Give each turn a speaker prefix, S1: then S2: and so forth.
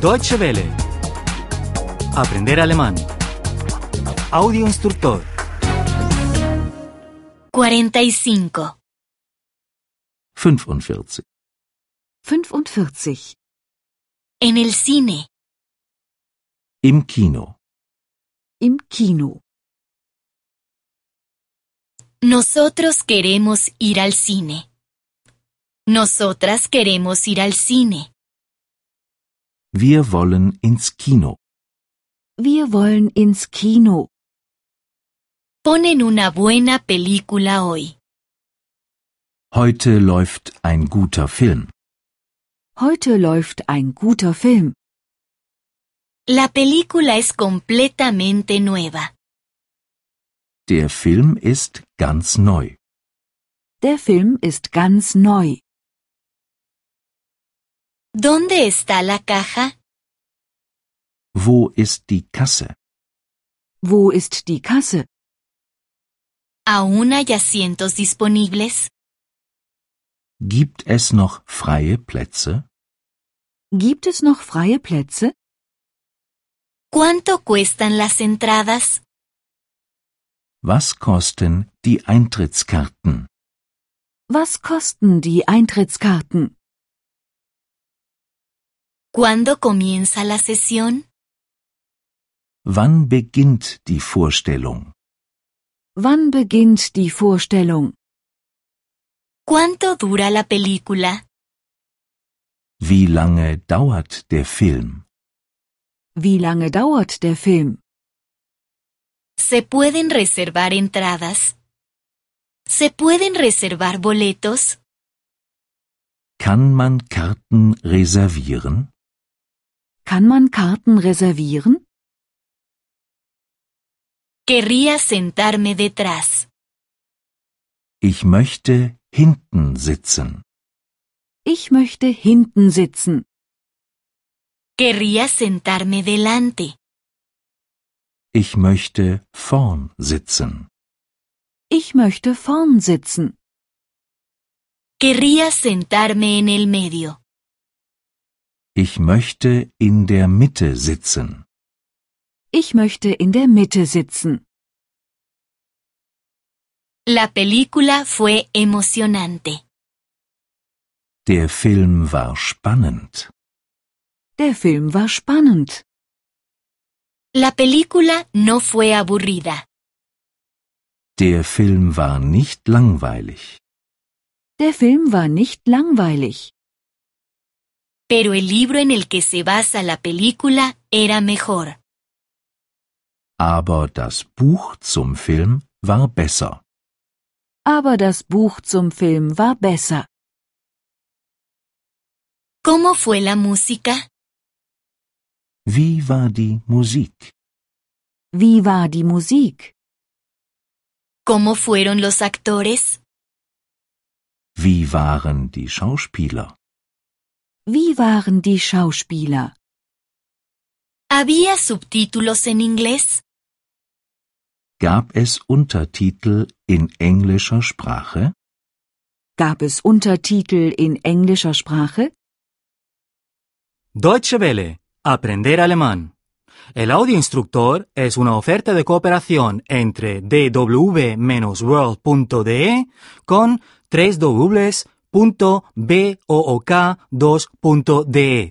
S1: Deutsche Welle. Aprender alemán. Audio instructor.
S2: 45.
S3: 45.
S4: 45.
S2: En el cine.
S3: Im Kino.
S4: Im Kino.
S2: Nosotros queremos ir al cine. Nosotras queremos ir al cine.
S3: Wir wollen ins Kino.
S4: Wir wollen ins Kino.
S2: Ponen una buena película hoy.
S3: Heute läuft ein guter Film.
S4: Heute läuft ein guter Film.
S2: La película es completamente nueva.
S3: Der Film ist ganz neu.
S4: Der Film ist ganz neu.
S2: ¿Dónde está la caja?
S3: Wo ist die Kasse?
S4: Wo ist die Kasse?
S2: ¿Aún hay asientos disponibles?
S3: Gibt es noch freie Plätze?
S4: Gibt es noch freie Plätze?
S2: ¿Cuánto cuestan las entradas?
S3: Was kosten die Eintrittskarten?
S4: Was kosten die Eintrittskarten?
S2: ¿Cuándo comienza la sesión?
S3: Wann beginnt die Vorstellung?
S4: Wann beginnt die Vorstellung?
S2: ¿Cuánto dura la película?
S3: Wie lange dauert der Film?
S4: Wie lange dauert der Film?
S2: ¿Se pueden reservar entradas? ¿Se pueden reservar boletos?
S3: Kann man Karten reservieren?
S4: Kann man Karten reservieren?
S2: Querría sentarme detrás.
S3: Ich möchte hinten sitzen.
S4: Ich möchte hinten sitzen.
S2: Querría sentarme delante.
S3: Ich möchte vorn sitzen.
S4: Ich möchte vorn sitzen.
S2: Querría sentarme en el medio.
S3: Ich möchte in der Mitte sitzen.
S4: Ich möchte in der Mitte sitzen.
S2: La película fue emocionante.
S3: Der Film war spannend.
S4: Der Film war spannend.
S2: La película no fue aburrida.
S3: Der Film war nicht langweilig.
S4: Der Film war nicht langweilig.
S2: Pero el libro en el que se basa la película era mejor.
S3: Aber das Buch zum Film war besser.
S4: Aber das Buch zum Film war besser.
S2: ¿Cómo fue la música?
S3: Wie war die Musik?
S4: Wie war die Musik?
S2: ¿Cómo fueron los actores?
S3: Wie waren die Schauspieler?
S4: Wie waren die Schauspieler?
S2: ¿Había subtítulos en inglés?
S3: Gab es Untertitel in englischer Sprache?
S4: Gab es Untertitel in englischer Sprache?
S1: Deutsche Welle. Aprender alemán. El audio instructor es una oferta de cooperación entre dw-world.de con 3 2de